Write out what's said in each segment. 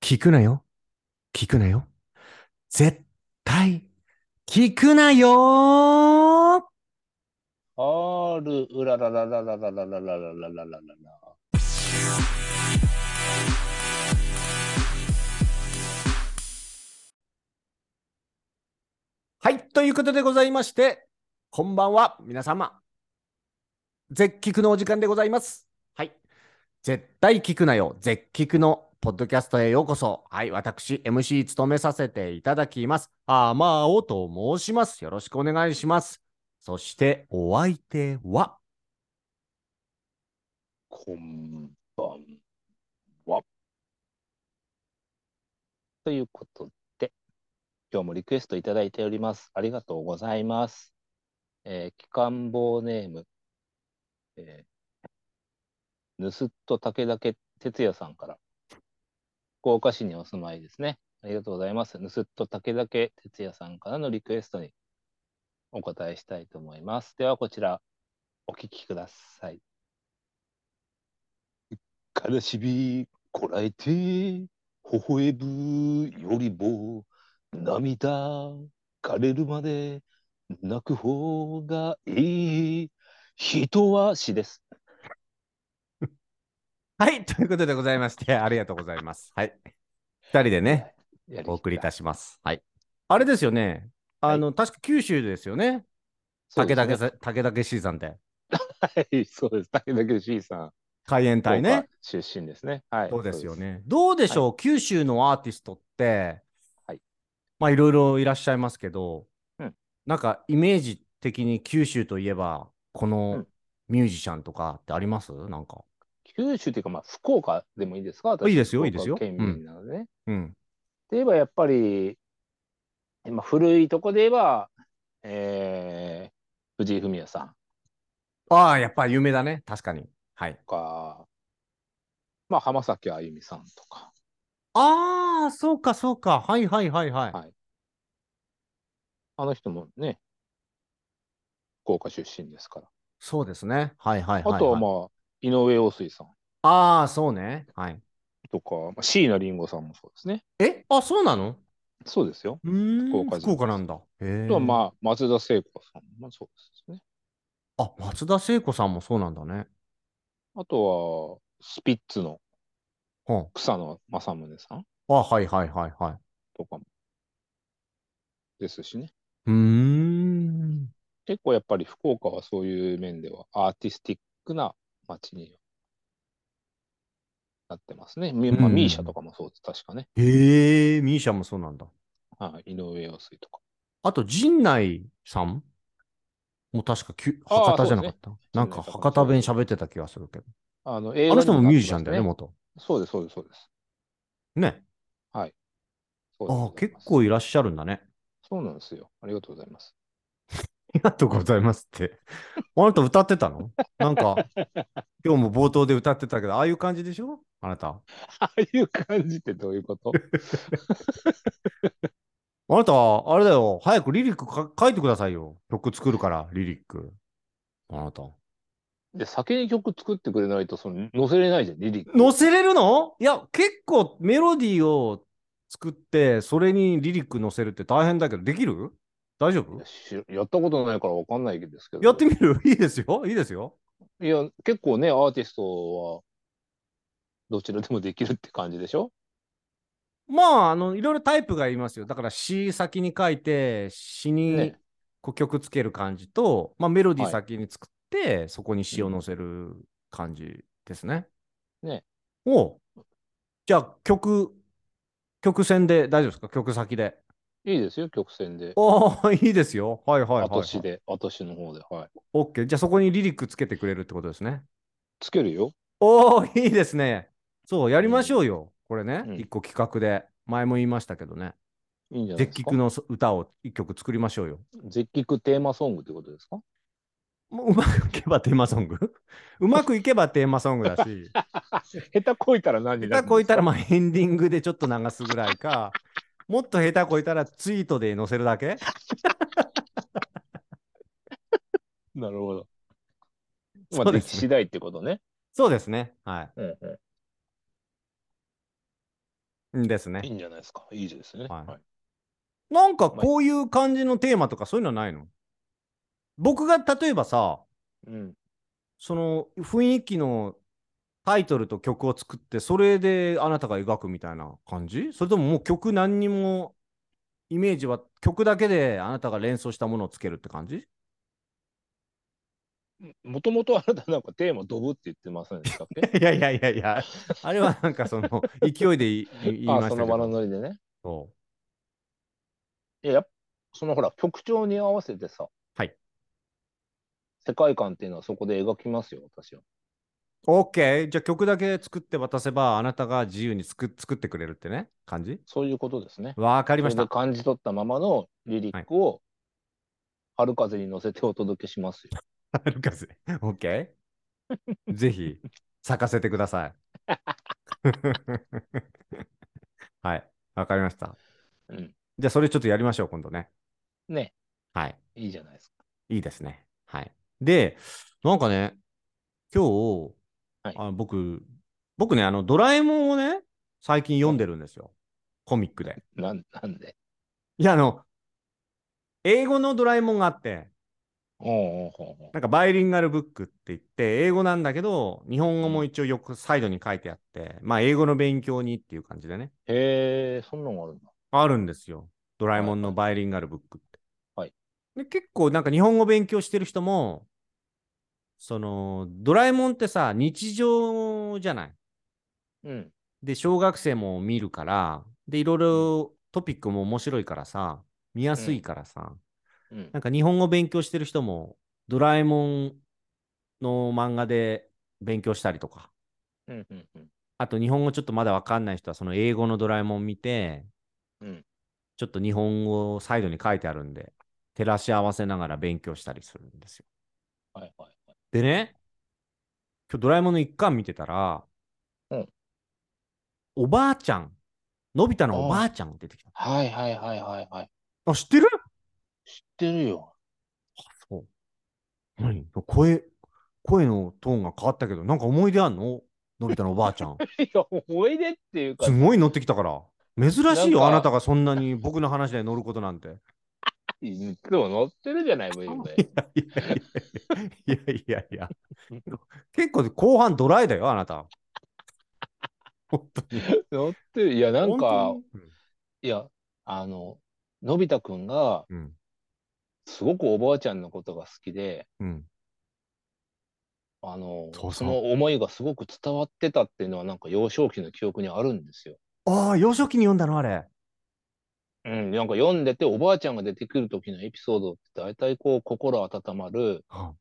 聞くなよ。聞くなよ。絶対、聞くなよーあるうららららららららららららららはい。ということでございまして、こんばんは、皆様。絶聞くのお時間でございます。はい。絶対聞くなよ。絶聞のポッドキャストへようこそ。はい。私、MC 務めさせていただきます。あまおと申します。よろしくお願いします。そして、お相手は、こんばんは。ということで、今日もリクエストいただいております。ありがとうございます。えー、機関棒ネーム、えー、ぬすっと武田哲也さんから、福岡市にお住まいですね。ありがとうございます。ぬすっと武田哲也さんからのリクエストにお答えしたいと思います。では、こちら、お聞きください。悲しみこらえて微笑むよりも涙枯れるまで泣く方がいい人は死です。はい。ということでございまして、ありがとうございます。はい。二人でね、やりきお送りいたしします。はい。あれですよね。あの、確か九州ですよね。そうで武す田家ねさ、武田家 C さんって。はい、そうです。武田圭司さん、海援隊福ね岡。出身ですね。はい。そうですよね。どうでしょう、九州のアーティストって、はい、まあいろいろいらっしゃいますけど、うんなんかイメージ的に九州といえば、こうのんミュージシャンとかってありますなんか。そうです。九州というか、まあ、福岡でもいいですかいいですよ私いいですよ福岡県民なのでね。うん。で言えばやっぱり、まあ、古いとこで言えば、えー、藤井フミヤさんああ、やっぱ有名だね。確かに。はい。とか、まあ、浜崎あゆみさんとか、ああ、そうか、そうか。はいはいはいはい。はいあの人もね、福岡出身ですから。そうですね。はいはいはい、はい。あとはまあ、井上陽水さんああ、そうね。はい。とか、まあ、椎名林檎さんもそうですね。えあ、そうなのそうですよ。うーん福岡じゃない福岡なんだ。へあえとはまあ、松田聖子さんもそうですね。あ。松田聖子さんもそうなんだね。あとは、スピッツのは草野正宗さんあ、あはいはいはいはい。とかもですしね。うーん。結構やっぱり福岡はそういう面ではアーティスティックな街になってますね。みまあ、うんミーシャとかもそうです、確かね。へえ、ミーシャもそうなんだ。はい、井上陽水とか。あと、陣内さんも確かきゅあー博多じゃなかった、なんか陣内さんも博多弁喋ってた気がするけど。あのあの人もミュージシャンだよね、元。そうです、そうです、そうです。ね。そうでああ、す結構いらっしゃるんだね。そうなんですよ。ありがとうございます。 ありがとうございますって。あなた歌ってたのなんか、今日も冒頭で歌ってたけど、ああいう感じでしょあなた。ああいう感じってどういうことあなた、あれだよ。早くリリックか書いてくださいよ。曲作るから、リリック。あなた。で、先に曲作ってくれないと、その、載せれないじゃん、リリック。載せれるのいや、結構メロディーを作って、それにリリック載せるって大変だけど、できる大丈夫しやったことないからわかんないですけど。やってみる いいですよ。いいですよ。いや、結構ね、アーティストは、どちらでもできるって感じでしょまあ、あの、いろいろタイプがいますよ。だから詩先に書いて、詩にねこう曲つける感じと、まあメロディーはい先に作って、そこに詩を載せる感じですね。ね。おうじゃあ曲、曲線で大丈夫ですか曲先で。いいですよ、曲線で。ああ、いいですよ。はいはいはい、後はい。しで、後しの方で、はい。オッケー。じゃあそこにリリックつけてくれるってことですね。つけるよ。おお、いいですね。そう、やりましょうよ。これねう、ん一個企画で。前も言いましたけどね。いいんじゃないで絶す菊か。の歌を一曲作りましょうよ。絶菊テーマソングってことですか もううまくいけばテーマソングうまくいけばテーマソングだし、下手こいたら何にな下る手こいたらままあエンディングでちょっと流すぐらいか、もっと下手こいたらツイートで載せるだけな るほど。そまあ、うで出すね来次第ってことね。そうですね。はい。うんうんうんですねいい。んじゃないですか。いいですね。はいはいなんかこういう感じのテーマとかそういうのないの僕が例えばさ、うん。その雰囲気のタイトルと曲を作って、それであなたが描くみたいな感じそれとももう曲何にもイメージは曲だけであなたが連想したものをつけるって感じもともとあなたなんかテーマドブって言ってませんでしたっけいやいやいやいや、あれはなんかその勢いでい 言いまあしたそけどの場のノリでね。そいや、やっぱそのほら、曲調に合わせてさ、はい。世界観っていうのはそこで描きますよ、私は。う。OK。じゃあ曲だけ作って渡せばあなたが自由に作作ってくれるってね感じそういうことですね。わかありました。感じ取ったままのリリックを、春風に乗せてお届けしますよ。春風。OK? ぜひ、咲かせてください。はい。わかりました。うん。じゃあ、それちょっとやりましょう、今度ね。ね、はい。いいじゃないですか。いいですね。はい。で、なんかね、今日、はいあ僕、僕ね、あの、ドラえもんをね、最近読んでるんですよ。コミックで。なんなんで。いや、あの、英語のドラえもんがあって、おうおうおうおうなんかバイリンガルブックって言って、英語なんだけど、日本語も一応よくサイドに書いてあって、まあ英語の勉強にっていう感じでね、へえ、そんなのがあるんだ。あるんですよ。ドラえもんのバイリンガルブックって。はい。で、結構なんか日本語勉強してる人も、その、ドラえもんってさ、日常じゃないうん。で、小学生も見るから、で、いろいろトピックも面白いからさ、見やすいからさ、うんなんか日本語勉強してる人も、ドラえもんの漫画で勉強したりとか、うんうんうんあと日本語ちょっとまだわかんない人は、その英語のドラえもん見て、うんちょっと日本語をサイドに書いてあるんで、照らし合わせながら勉強したりするんですよ。はいはいはい。でね、今日ドラえもんの一巻見てたら、うんおばあちゃん、のび太のおばあちゃんが出てきた。はいはいはいはいはい。あ、知ってる知ってるよ。そう。何声、声のトーンが変わったけど、なんか思い出あんののび太のおばあちゃ ん。いや、思い出っていうかす、ごい乗ってきたから。珍しいよ、なんかあなたがそんなに僕の話で乗ることなんて。いつも乗ってるじゃない、無理で。いやいやいやいやいやいや。結構後半ドライだよ、あなた。本当に。乗ってる。いや、なんか本、当にいや、あの、のび太くんが、うん。すごくおばあちゃんのことが好きで、うん。あの、そうそうその思いがすごく伝わってたっていうのは、なんか幼少期の記憶にあるんですよ。ああ、幼少期に読んだの、あれ。うん、なんか読んでて、おばあちゃんが出てくる時のエピソードって、大体こう、心温まる、は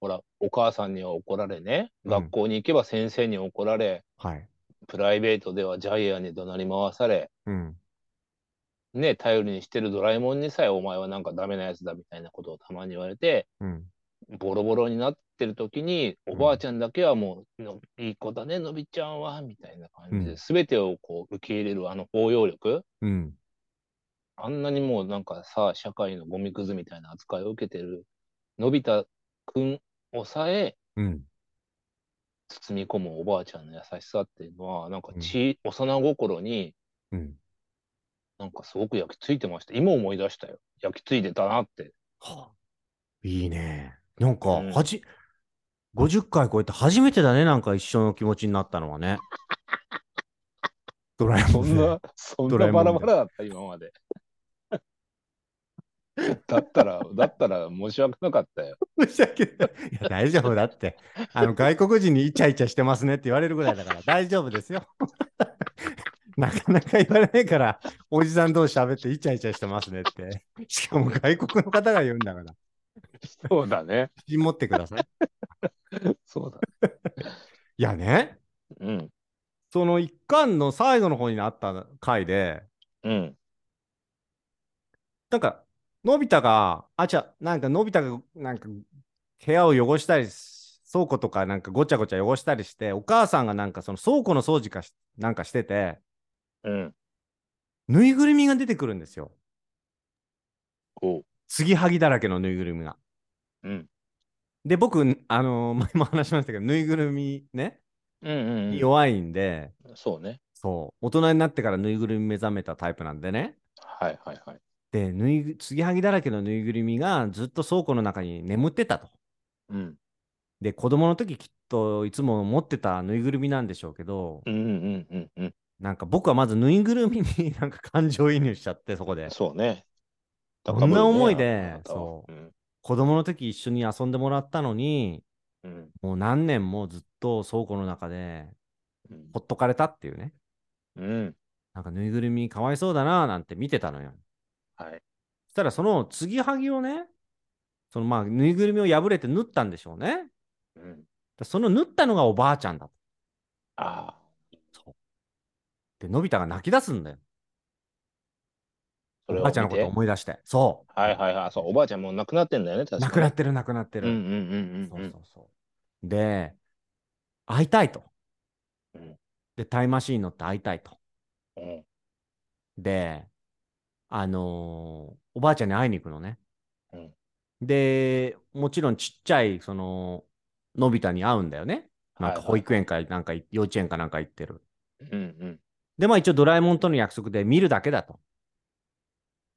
ほら、お母さんには怒られね、うん学校に行けば先生に怒られ、はい。プライベートではジャイアンに怒鳴り回され、うん。ね、頼りにしてるドラえもんにさえお前はなんかダメなやつだみたいなことをたまに言われて、うん。ボロボロになってる時に、んおばあちゃんだけはもう、のいい子だね、のびちゃんは、みたいな感じうで、んすべてをこう受け入れるあの包容力、うん。あんなにもうなんかさ、社会のゴミくずみたいな扱いを受けてる、のび太くんをさえうん。包み込むおばあちゃんの優しさっていうのは、なんかうんち、幼心に、うん。なんかすごく焼き付いてました。今思い出したよ。焼き付いてたなって。はあいいね。なんか、うんはじ、50回超えて初めてだね、なんか一緒の気持ちになったのは ね。ドラえもんそんね、な、そんドラなえもバんだラバラだった、今まで。 だったら、だったら申し訳なかったよ。申し訳 ない。いや、大丈夫だって。あの、外国人にイチャイチャしてますねって言われるぐらいだから大丈夫ですよ。 なかなか言われないから、おじさん同士喋ってイチャイチャしてますねって。しかも外国の方が言うんだから、そうだね。自信持ってください。そうだ。いやね、うん。その一巻の最後の方にあった回で、うん。なんか、のび太が、あ、じゃなんかのび太が、なんか、部屋を汚したりし、倉庫とかなんかごちゃごちゃ汚したりして、お母さんがなんかその倉庫の掃除かし、なんかしてて、うん。ぬいぐるみが出てくるんですよ。おう。継ぎはぎだらけのぬいぐるみが。うん。で、僕、あ のー前も話しましたけど、ぬいぐるみね、うんうん、うん。弱いんで、そうね。そう。大人になってからぬいぐるみ目覚めたタイプなんでね。はいはいはい。で、ぬいぐ、継ぎはぎだらけのぬいぐるみがずっと倉庫の中に眠ってたと。うん。で、子供の時きっといつも持ってたぬいぐるみなんでしょうけど、うんうんうんうんなんか僕はまずぬいぐるみに なんか感情移入しちゃって、そこうでん。。そうね。こん高ぶるねな思いであなたはそううん。子供の時一緒に遊んでもらったのに、うんもう何年もずっと倉庫の中でうんほっとかれたっていうね。うん。なんかぬいぐるみかわいそうだななんて見てたのよ。はい。そしたらその継ぎはぎをね、そのまあぬいぐるみを破れて縫ったんでしょうね。うん。だその縫ったのがおばあちゃんだ。ああ、で、のび太が泣き出すんだよ。おそれをばあちゃんの見こてと思い出して。そはいはいはい。そう、おばあちゃんもう亡くなってんだよね、う。確か亡くなってる亡くなってうんる。うそんうんううんそうそう。で、会いたいと。うんで、タイムマシーンに乗って会いたいと。うん。うんで、あのーおばあちゃんに会いに行くのね。うんで、もちろんちっちゃい、その、のび太に会うんだよね。なんかはいはい保育園か、なんか幼稚園かなんか行ってる。うんうん。で、まあ一応ドラえもんとの約束で見るだけだと。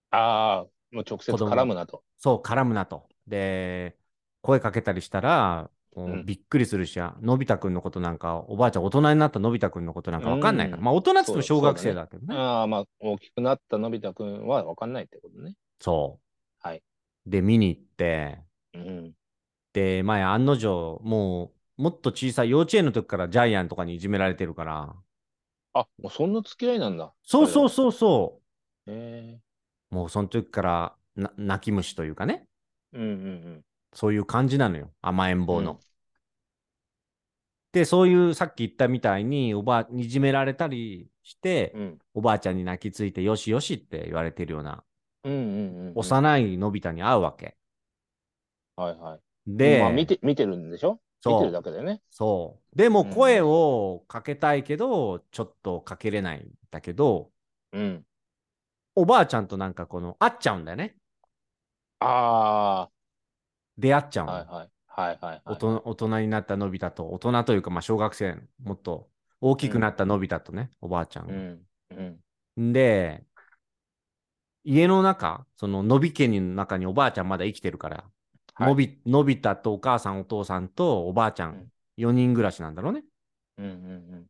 ああ、もう直接子供絡むなと。そう、絡むなと。で、声かけたりしたら、もううんびっくりするし、あのび太くんのことなんか、おばあちゃん大人になったのび太くんのことなんかわかんないから、うんまあ大人っつってもそう小学生そうだけどね。ああ、まあ、大きくなったのび太くんは分かんないってことね。そう。はいで、見に行って、うん。で、前、案の定、もう、もっと小さい、幼稚園の時からジャイアンとかにいじめられてるから、あ、もうそんな付き合いなんだ。そうそうそ。そうそうへう、もうその時からな泣き虫というかね、えうんうんそういう感じなのよ、甘えん坊の。うんで、そういうさっき言ったみたいに、おばあ、いじめられたりして、うん。うん。おばあちゃんに泣きついて、よしよしって言われてるような、うんうんうん。い。幼いのび太に会うわけ。はいはい。で、まあ、見て、見てるんでしょ見てそるう、だけだよね。そう。でもうん声をかけたいけど、ちょっとかけれないんだけど、うん。おばあちゃんとなんかこの、会っちゃうんだよね。あ出会っちゃうあ、の。はいはい。はいはい、大はい。人大人になったのび太と、大人というか、まあ、小学生、もっと大きくなったのび太とね、おばあちゃ。うんん。うん。で、家の中、その、のび家の中におばあちゃんまだ生きてるから、はいのびのび太とお母さん、お父さんとおばあちゃうんん、 4人暮らしなんだろうね。うんうん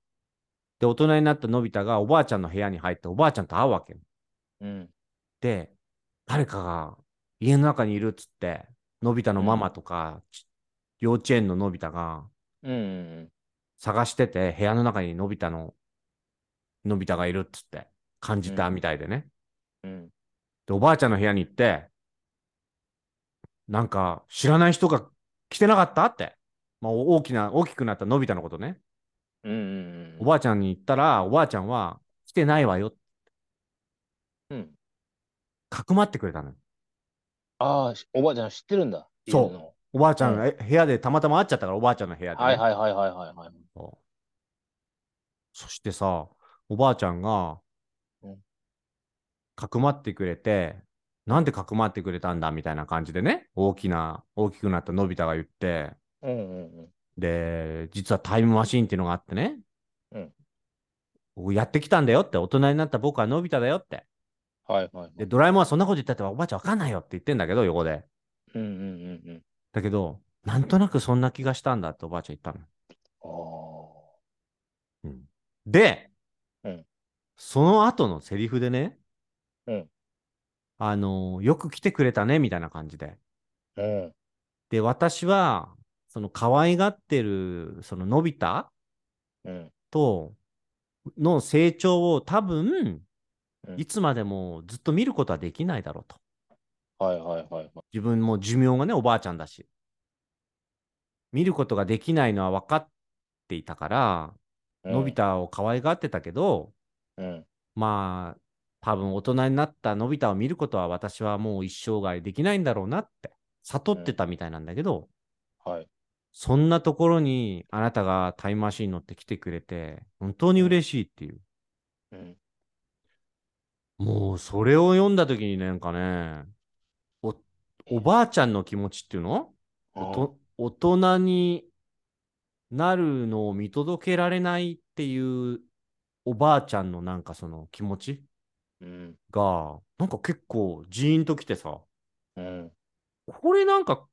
で、大人になったのび太がおばあちゃんの部屋に入って、おばあちゃんと会うわけよ。うん。うん。で、誰かが家の中にいるっつって、のび太のママとか、ち幼稚園ののび太が、うんうん探してて、部屋の中にのび太の、のび太がいるっつって感じたみたいでね。うん。うん。で、おばあちゃんの部屋に行って、なんか知らない人が来てなかったって。まあ、お大きな、大きくなったのび太のことね。うんうんうん。おばあちゃんに言ったら、おばあちゃんは来てないわよ。うん。かくまってくれたのよ。ああ、しおばあちゃん知ってるんだ。そういるのおばあちゃんが、うえ部屋でたまたま会っちゃったから、おばあちゃんの部屋でね、はいはいはいはいはいはい。そうそしてさ、おばあちゃんがうん、かくまってくれて、なんでかくまってくれたんだみたいな感じでね、大きな、大きくなったのび太が言って、うんうんで、実はタイムマシーンっていうのがあってね、うん僕やってきたんだよって、大人になった僕はのび太だよって。うん。はいはいはい。で、ドラえもんはそんなこと言ったっておばあちゃんわかんないよって言ってんだけど、横で。うんうんうんうん。だけど、なんとなくそんな気がしたんだっておばあちゃん言ったの。ああ。で、うんその後のセリフでね、うんあのよく来てくれたねみたいな感じで。うん。で、私は、その可愛がってる、そののび太うん。との成長を多分、うんいつまでもずっと見ることはできないだろうと。はいはいはいはい。自分も寿命がね、おばあちゃんだし。見ることができないのは分かっていたから、うんのび。太を可愛がってたけど、うん。まあ、多分大人になったのび太を見ることは私はもう一生涯できないんだろうなって悟ってたみたいなんだけど、はい。そんなところにあなたがタイムマシーンに乗って来てくれて、本当に嬉しいっていう。うん。もうそれを読んだ時になんかね、お、おばあちゃんの気持ちっていうのおと大人になるのを見届けられないっていうおばあちゃんのなんかその気持ちうん。が、なんか結構ジーンときてさ、うん。これなんか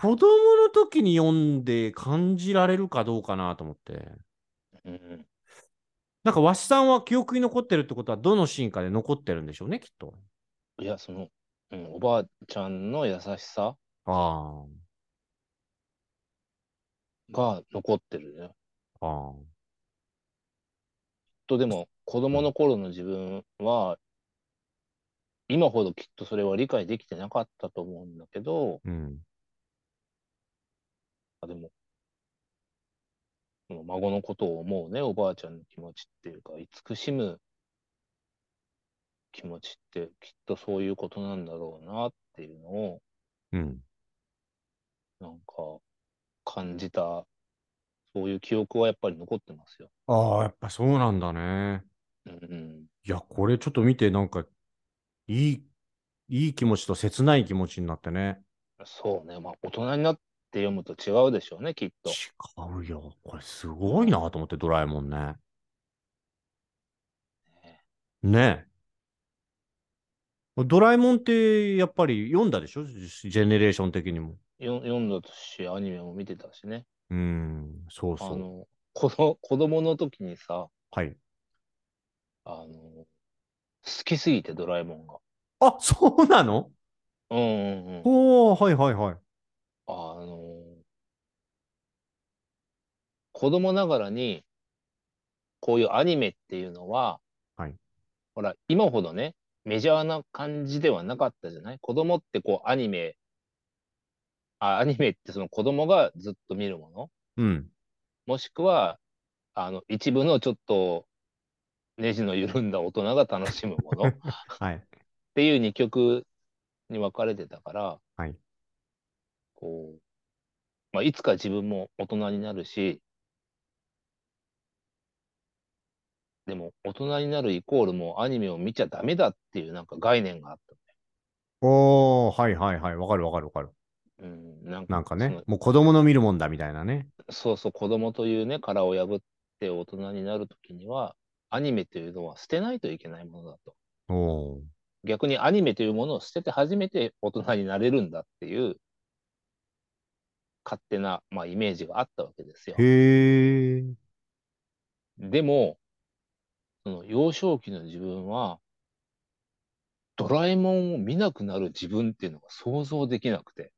子供の時に読んで感じられるかどうかなと思って。うん。なんかわしさんは記憶に残ってるってことはどのシーンかで残ってるんでしょうね、きっと。いや、その、うん、おばあちゃんの優しさあが残ってるね。あ、ああ。とでも子供の頃の自分は今ほどきっとそれは理解できてなかったと思うんだけどうん。あでもその孫のことを思うねおばあちゃんの気持ちっていうか慈しむ気持ちってきっとそういうことなんだろうなっていうのをうん。なんか感じたそういう記憶はやっぱり残ってますよ。ああ、やっぱそうなんだね。うんいや、これちょっと見て、なんか、いい、いい気持ちと切ない気持ちになってね。そうねまあ大人になって読むと違うでしょうねきっと。違うよ。これすごいなと思って、ドラえもんね。ねえ。ドラえもんって、やっぱり読んだでしょジェネレーション的にも。よ読んだし、アニメも見てたしね。うん、そうあそう。の、子供子供の時にさ、はい。あの、好きすぎてドラえもんが。あ、そうなのうんうんうん。おー、はいはいはい。あの、子供ながらに、こういうアニメっていうのは、はいほら、今ほどね、メジャーな感じではなかったじゃない子供ってこうアニメ、あ、アニメってその子供がずっと見るものうん。もしくは、あの、一部のちょっと、ネジの緩んだ大人が楽しむものっはい。ていう2曲に分かれてたから、はいこう、まあ、いつか自分も大人になるし、でも大人になるイコールもうアニメを見ちゃダメだっていうなんか概念があっおー、はいはいはい。わかるわかるわかる。た。うん、なんかなんかそねの、もう子供の見るもんだみたいなね。そうそう、子供というね、殻を破って大人になるときには、アニメというのは捨てないといけないものだと。おー。逆にアニメというものを捨てて初めて大人になれるんだっていう勝手な、まあ、イメージがあったわけですよ。へー。 でもその幼少期の自分はドラえもんを見なくなる自分っていうのが想像できなくて、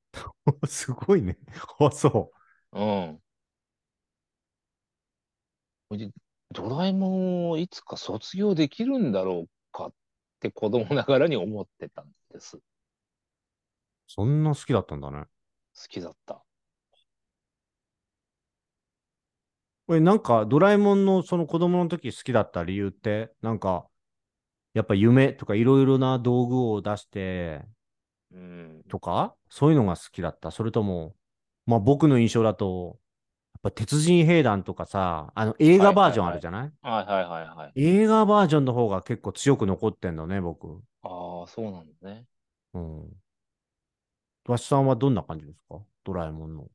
すごいね。あ、そうん、でドラえもんをいつか卒業できるんだろうかって子供ながらに思ってたんです。好う。そんな好きだったんだね。きだった。これなんか、ドラえもんのその子供の時好きだった理由って、なんか、やっぱ夢とかいろいろな道具を出してうん、とか、そういうのが好きだった。それとも、まあ僕の印象だと、やっぱ鉄人兵団とかさ、あの映画バージョンあるじゃない,、はいはいはいはい。映画バージョンの方が結構強く残ってんだね、僕。ああ、そうなんだね。うん。わしさんはどんな感じですかドラえもんの。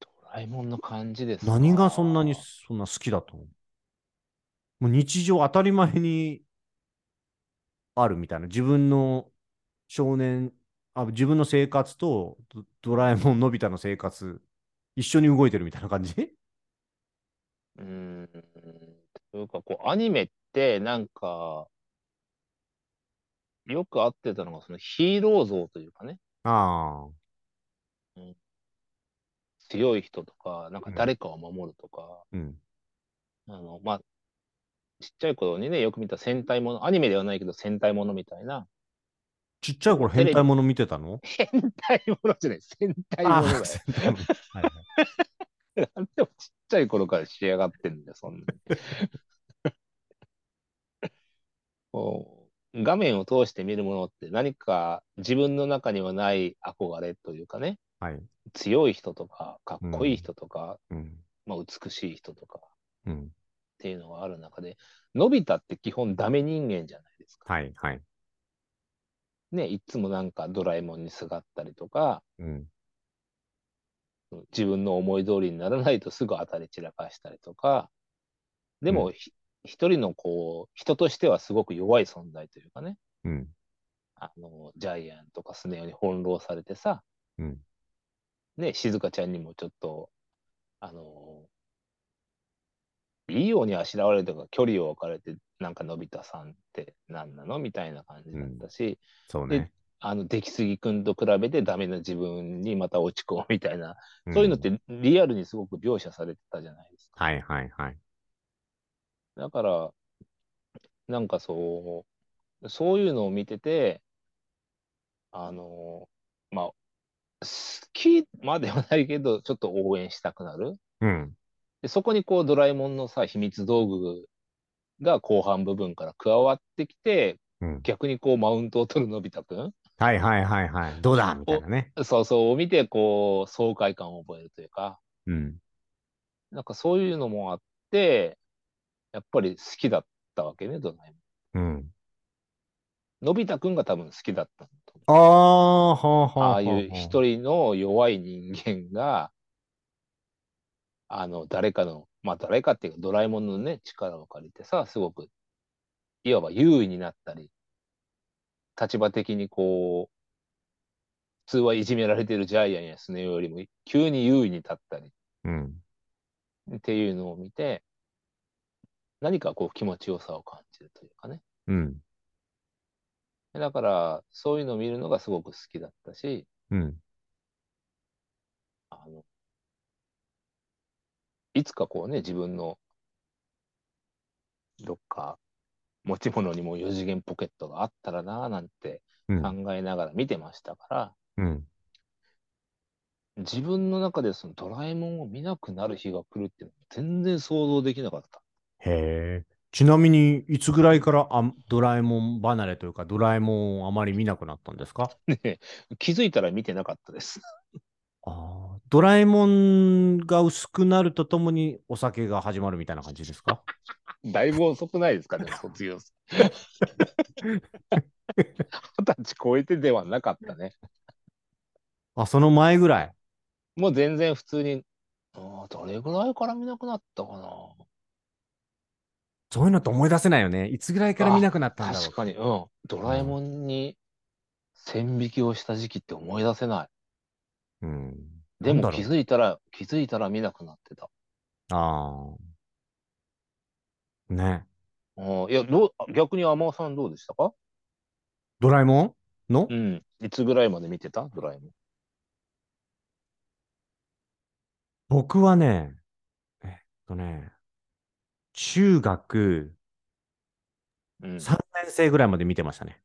ドラえもんの感じですか何がそんなにそんな好きだと思うもう日常当たり前にあるみたいな。自分の少年、あ自分の生活とドドラえもんのび太の生活、一緒に動いてるみたいな感じうーん。というか、こう、アニメって、なんか、よく合ってたのが、そのヒーロー像というかね、ああ。強い人とか、なんか誰かを守るとか、うん。あの、まあ、ちっちゃい頃にね、よく見た戦隊もの、アニメではないけど戦隊ものみたいな、 ちっちゃい頃変態もの見てたの変態ものじゃない、戦隊もあのだよあ、。戦隊ものはいはいなんでもちっちゃい頃から仕上がってんだよ、そ んなにこう画面を通して見るものって何か自分の中にはない憧れというかね、はい。強い人とか、かっこいい人とか、うん。まあ、美しい人とかっうん。ていうのがある中で、のび太って基本ダメ人間じゃないですか。はいはい。ね、いつもなんかドラえもんにすがったりとか、うん。自分の思い通りにならないとすぐ当たり散らかしたりとか、でも、ひ一人のこう、人としてはすごく弱い存在というかね、うん。あの、ジャイアンとかスネ夫に翻弄されてさ、うん。ね、静香ちゃんにもちょっと、あの、いいようにあしらわれたか距離を置かれて、なんかのび太さんって何なのみたいな感じだったし、そうね。あの、出来すぎくんと比べてダメな自分にまた落ち込むみたいな、んそういうのっ。てリアルにすごく描写されてたじゃないですか。はいはいはい。だから、なんかそう、そういうのを見てて、あの、まあ、好きまではないけど、ちょっと応援したくなる。うん。で、そこにこう、ドラえもんのさ、秘密道具が後半部分から加わってきて、うん、逆にこう、マウントを取るのび太くんはいはいはいはい。どうだみたいなね。そうそう、を見て、こう、爽快感を覚えるというか、うん。なんかそういうのもあって、やっぱり好きだったわけね、ドラえもん。うん。のび太くんが多分好きだったんだと思あう。あ、はあははああいう一人の弱い人間が、あの、誰かの、まあ誰かっていうかドラえもんのね、力を借りてさ、すごく、いわば優位になったり、立場的にこう、普通はいじめられてるジャイアンやスネ夫よりも急に優位に立ったりうん。っていうのを見て、何かこう気持ちよさを感じるというかね。うん。だから、そういうのを見るのがすごく好きだったし、うん。あの、いつかこうね、自分のどっか持ち物にも4次元ポケットがあったらなぁなんてうん。考えながら見てましたから、うん。自分の中でそのドラえもんを見なくなる日が来るっていうのは全然想像できなかった。へえ。ちなみに、いつぐらいからあドラえもん離れというか、ドラえもんをあまり見なくなったんですか気づいたら見てなかったです。ああ、ドラえもんが薄くなるとともにお酒が始まるみたいな感じですかだいぶ遅くないで すかね、卒業。二十歳超えてではなかったね。あ、その前ぐらい。もう全然普通に、ああ、どれぐらいから見なくなったかな。そういうのって思い出せないよね。いつぐらいから見なくなったんだろう確。かに、うん。ドラえもんに線引きをした時期って思い出せない。うん。でなもんだ気ろうづいたら、気づいたら見なくなってた。ああ。ね。うん、いやどう、逆に天尾さんどうでしたかドラえもんのうん。いつぐらいまで見てたドラえもん。僕はね、えっとね、中学うん。 3年生ぐらいまで見てましたね。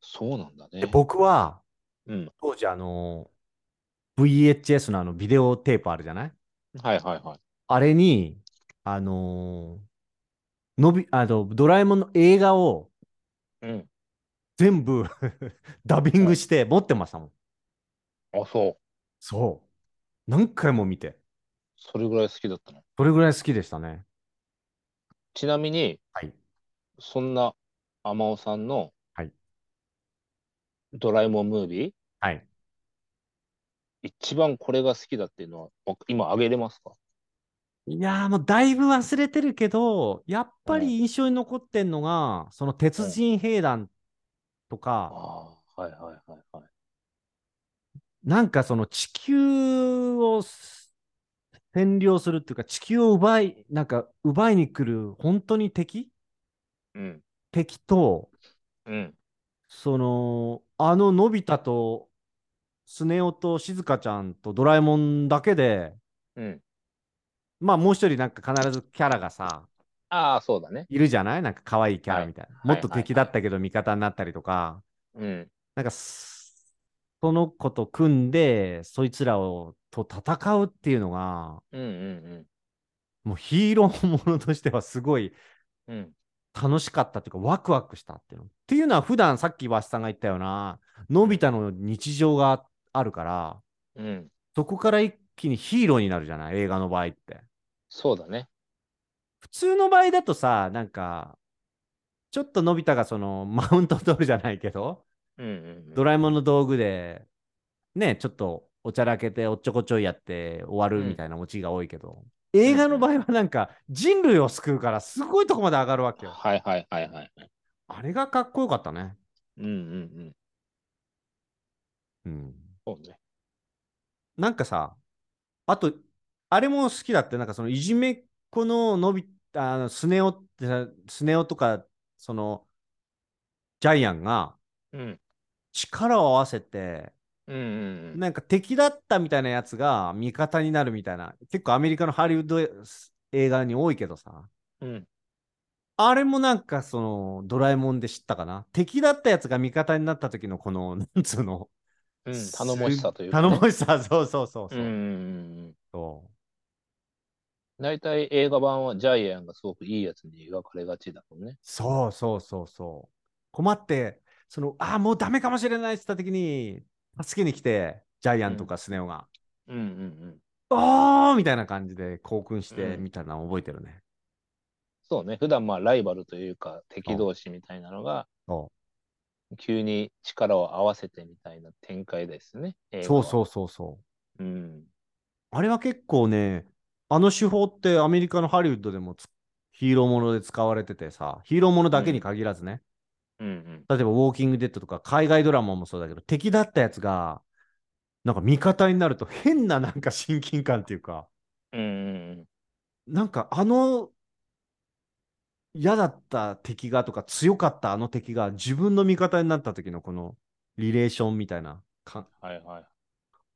そうなんだねで、。僕は、うん。当時あの、VHS のあのビデオテープあるじゃないはいはいはい。あれに、あのーのび、あの、ドラえもんの映画をうん。全部 ダビングして持ってましたもん。あ、そう。そう。何回も見て。それぐらい好きだったの。それぐらい好きでしたね。ちなみに、はい。そんな天尾さんのはいドラえもんムービー、はい。一番これが好きだっていうのは、お今あげれますかいやーもうだいぶ忘れてるけど、やっぱり印象に残ってんのが、その鉄人兵団とか、ああ、はいはいはいはい。なんかその地球をす占領するっていうか、地球を奪い、なんか奪いに来る本当に敵うん。敵と、うん。その、あののび太と、スネ夫としずかちゃんとドラえもんだけで、うん。まあもう一人なんか必ずキャラがさ、ああ、そうだね。いるじゃないなんか可愛いキャラみたいな。もいっと敵だったけど味方になったりとか、うん。なんかすその子と組んで、そいつらをと戦うっていうのが、うんうんもうヒーローものとしてはすごいうん。うん。楽しかったっていうか、ワクワクしたっていうの。っていうのは普段さっきわしさんが言ったような、のび太の日常があるから、うん。そこから一気にヒーローになるじゃない映画の場合って。そうだね。普通の場合だとさ、なんか、ちょっとのび太がそのマウント取るじゃないけど、うんうんうん。ドラえもんの道具で、ね、ちょっとおちゃらけておっちょこちょいやって終わるみたいなオチが多いけど、映画の場合はなんか人類を救うからすごいとこまで上がるわけよ。はいはいはいはい。あれがかっこよかったね。うんうんううん。ん。そうね。なんかさ、あと、あれも好きだって、なんかそのいじめっ子ののび、あのスネ夫ってさ、スネ夫とか、その、ジャイアンがうん。力を合わせて、うんうんなんか敵だったみたいなやつが味方になるみたいな、結構アメリカのハリウッド映画に多いけどさ、うん。うん。あれもなんかそのドラえもんで知ったかな。敵だったやつが味方になった時のこの、 なんつうの、うん。頼もしさというか、頼ね。もしさ、 そうそうそうそう。うんうんうん。そ大体映画版はジャイアンがすごくいいやつに描かれがちだもんね。うそうそうそうそう。困って、その、ああ、もうダメかもしれないって言った時に、助けに来て、ジャイアンとかスネ夫が、うんうんうん。おーみたいな感じで興奮してうんみたいなの覚えてるね。そうね。普段まあライバルというか敵同士みたいなのがそ急に力を合わせてみたいな展開ですね。。うそうそううそうそう。うん。あれは結構ね、あの手法ってアメリカのハリウッドでもつヒーローもので使われててさ、ヒーローものだけに限らずね、うんうん。例えばウォーキングデッドとか海外ドラマもそうだけど、敵だったやつが、なんか味方になると変ななんか親近感っていうか、うんうんなんかあの嫌だった敵がとか強かったあの敵が自分の味方になった時のこのリレーションみたいなか、うん。はいはい。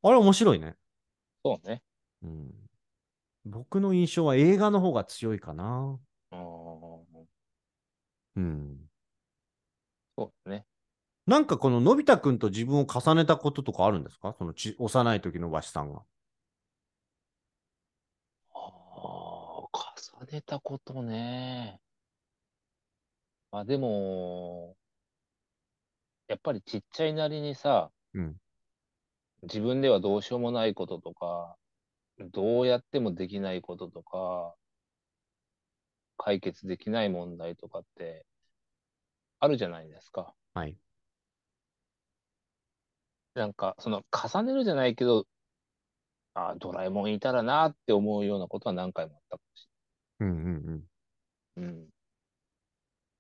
あれ面白いね。そうね。うん、僕の印象は映画の方が強いかな。うんそうんうね。なんかこののび太くんと自分を重ねたこととかあるんですかそのち幼い時のわしさんが。ああ、重ねたことね。まあでも、やっぱりちっちゃいなりにさ、うん自分ではどうしようもないこととか、どうやってもできないこととか、解決できない問題とかってあるじゃないですか。はい。なんか、その重ねるじゃないけど、ああ、ドラえもんいたらなって思うようなことは何回もあったかもしうんうんうん。れない。うん。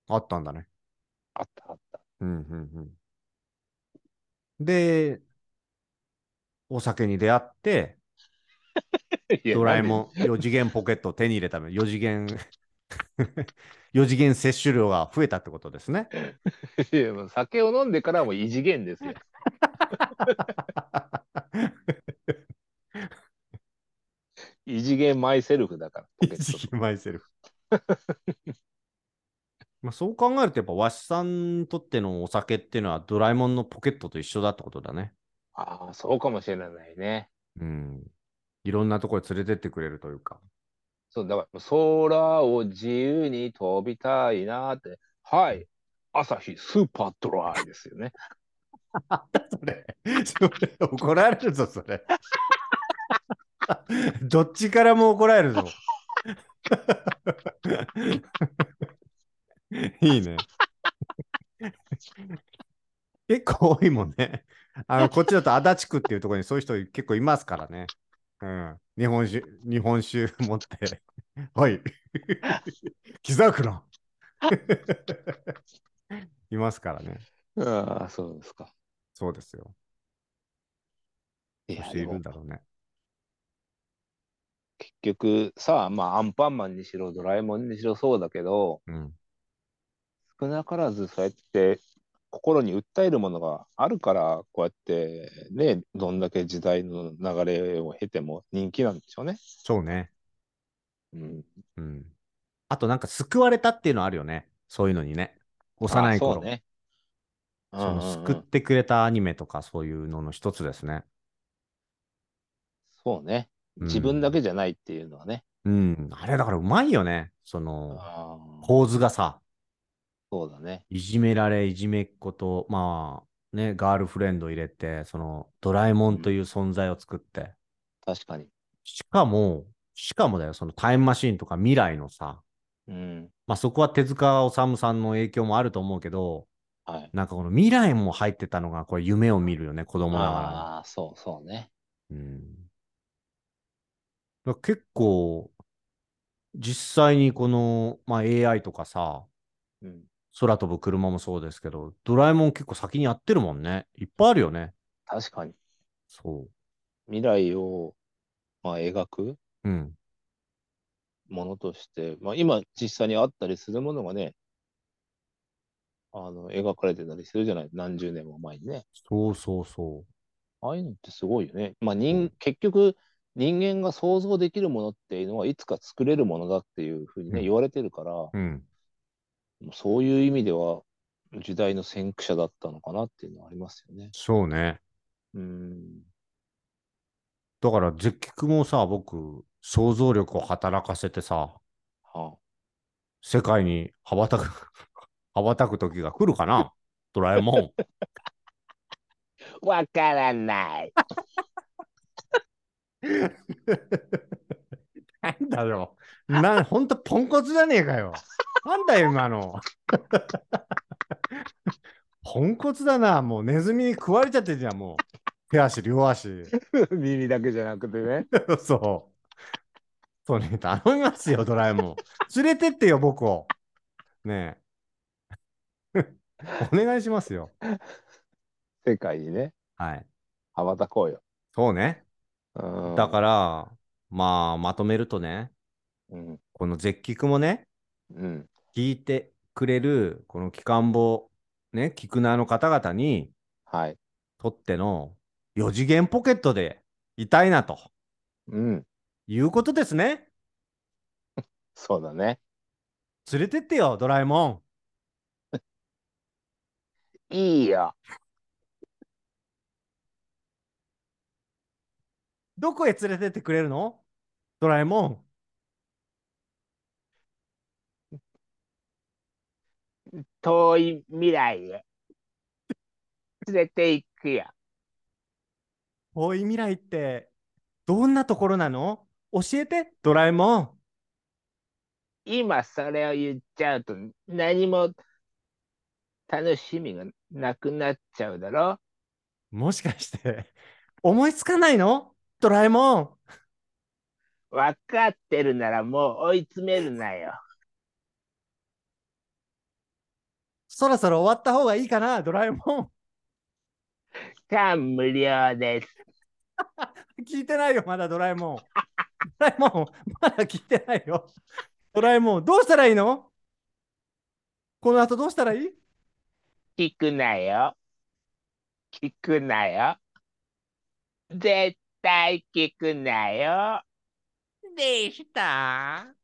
あったんだね。あったあった。うんうんうん。で、お酒に出会って、ドラえん。 もん4次元ポケットを手に入れため、4次元、4次元摂取量が増えたってことです ね。 いやもう酒を飲んでからはもう異次元です よ。異次元マイセルフだから、ポケット一撃マイセルフ。まあそう考えると、やっぱわしさんにとってのお酒っていうのはドラえもんのポケットと一緒だってことだね。ああ、そうかもしれないね。うん。いろんなところへ連れてってくれるというか。そう、だから、空を自由に飛びたいなって。はい。朝日スーパードライですよね。それ、それ怒られるぞ、それ。 どっちからも怒られるぞ。 いいね。結構多いもんね。あのこっちだと足立区っていうところにそういう人結構いますからね。うん、日本酒、日本酒持って。はい。 木沢区の。 いますからね。ああ、そうですか。そうですよ。いそやしていでるもんだろうね。結局さ、まあ、アンパンマンにしろ、ドラえもんにしろそうだけど、うん。少なからずそうやって心に訴えるものがあるから、こうやってね、どんだけ時代の流れを経ても人気なんでしょうね。そうね。うん。うん。あとなんか救われたっていうのあるよね。そういうのにね。幼いあそ頃。うね。うそんのうんう救っんてくれたアニメとかそういうのの一つですね。そうね。うん自分だけじゃないっていうのはね。うん。あれだからうまいよね。そのああ構図がさ、そうだね。いじめられ、いじめっ子と、まあね、ガールフレンド入れて、そのドラえもんという存在を作って、確かに。しかも、しかもだよ、そのタイムマシーンとか未来のさ、うん。まあそこは手塚治虫さんの影響もあると思うけど、はい。なんかこの未来も入ってたのが、これ夢を見るよね、子供ながらに。ああ、そうそうね。うん、だから結構実際にこの、まあ、AI とかさ、うん。空飛ぶ車もそうですけど、ドラえもん結構先にやってるもんね。いっぱいあるよね。確かに。そ未来を、まあ、描くう。うん。ものとして、まあ、今実際にあったりするものがね、あの、描かれてたりするじゃない。何十年も前にね。そうそうそああいうのってすごいよね。まあう人ん、結局、人間が想像できるものっていうのは、いつか作れるものだっていうふうにね、うん言われてるから、もう。うん。うそういう意味では、時代の先駆者だったのかなっていうのはありますよね。そうね。うん。だから、絶菊もさ、僕、想像力を働かせてさ、は世界に羽ばたく、羽ばたく時が来るかな。ドラえもん。あ、わからない。なんだろう。な、ほんとポンコツじゃねえかよ。なんだよ、今の。ポンコツだな。もうネズミに食われちゃってんじゃん、もう。手足、両足。 耳だけじゃなくてね。そう。そうね、頼みますよ、ドラえもん。連れてってよ、僕を。ねえ。 お願いしますよ。世界にね、はい。羽ばたこうよ。そうね。うんだから、まあ、まとめるとね、うん。この絶菊もね、うん。聞いてくれる、この機関棒、ね、菊名の方々にはい。とっての4次元ポケットでいたいなとうん。いうことですね。そうだね。連れてってよ、ドラえもん。いいよ。どこへ連れてってくれるのドラえもん。遠い未来へ連れて行くよ。遠い未来ってどんなところなの教えてドラえもん今それを言っちゃうと何も楽しみがなくなっちゃうだろもしかして思いつかないのドラえもん分かってるならもう追い詰めるなよ。そろそろ終わった方がいいかなドラえもん感無量です。聞いてないよまだドラえもんドラえもんまだ聞いてないよドラえもんどうしたらいいのこの後どうしたらいい聞くなよ。聞くなよ。絶対聞くなよ。でした。